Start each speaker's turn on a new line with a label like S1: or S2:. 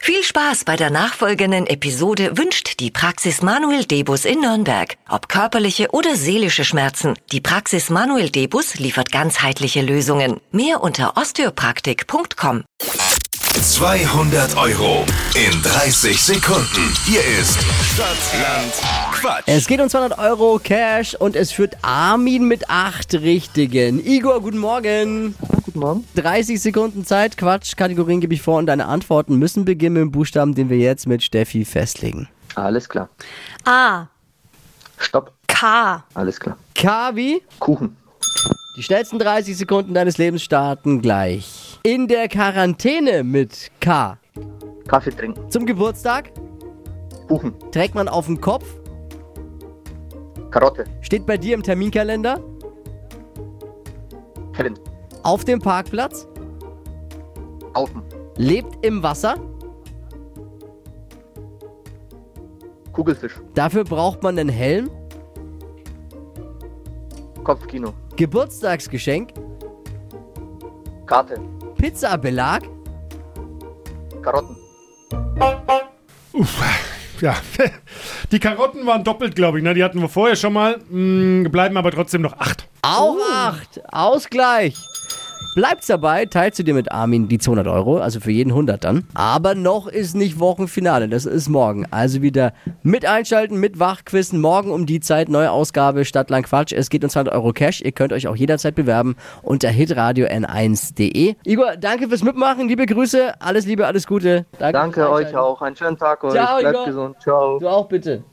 S1: Viel Spaß bei der nachfolgenden Episode wünscht die Praxis Manuel Debus in Nürnberg. Ob körperliche oder seelische Schmerzen, die Praxis Manuel Debus liefert ganzheitliche Lösungen. Mehr unter osteopraktik.com.
S2: 200 Euro in 30 Sekunden. Hier ist Stadtland Quatsch.
S3: Es geht um 200 Euro Cash und es führt Armin mit acht Richtigen. Igor, guten Morgen.
S4: Guten Morgen.
S3: 30 Sekunden Zeit, Quatsch, Kategorien gebe ich vor und deine Antworten müssen beginnen mit dem Buchstaben, den wir jetzt mit Steffi festlegen.
S4: Alles klar.
S5: A.
S4: Stopp.
S5: K.
S4: Alles klar.
S3: K wie?
S4: Kuchen.
S3: Die schnellsten 30 Sekunden deines Lebens starten gleich. In der Quarantäne mit K.
S4: Kaffee trinken.
S3: Zum Geburtstag
S4: Kuchen.
S3: trägt man auf dem Kopf,
S4: Karotte.
S3: steht bei dir im Terminkalender,
S4: Helen.
S3: auf dem Parkplatz,
S4: Haufen.
S3: lebt im Wasser.
S4: Kugelfisch.
S3: Dafür braucht man einen Helm.
S4: Kopfkino.
S3: Geburtstagsgeschenk,
S4: Karte.
S3: Pizzabelag.
S4: Karotten.
S6: Ja, die Karotten waren doppelt, glaube ich. Ne? Die hatten wir vorher schon mal. Mm, bleiben aber trotzdem noch acht.
S3: Auch acht. Ausgleich. Bleibt's dabei, teilst du dir mit Armin die 200 Euro, also für jeden 100 dann. Aber noch ist nicht Wochenfinale, das ist morgen. Also wieder mit einschalten, mit Wachquissen, morgen um die Zeit, neue Ausgabe Stadtland Quatsch. Es geht um 200 Euro Cash, ihr könnt euch auch jederzeit bewerben unter hitradio n1.de. Igor, danke fürs Mitmachen, liebe Grüße, alles Liebe, alles Gute.
S4: Danke
S3: fürs
S4: euch
S3: Einschalten.
S4: auch. Einen schönen Tag euch.
S3: Ciao,
S4: Bleibt
S3: Igor.
S4: gesund. Ciao.
S3: Du auch bitte.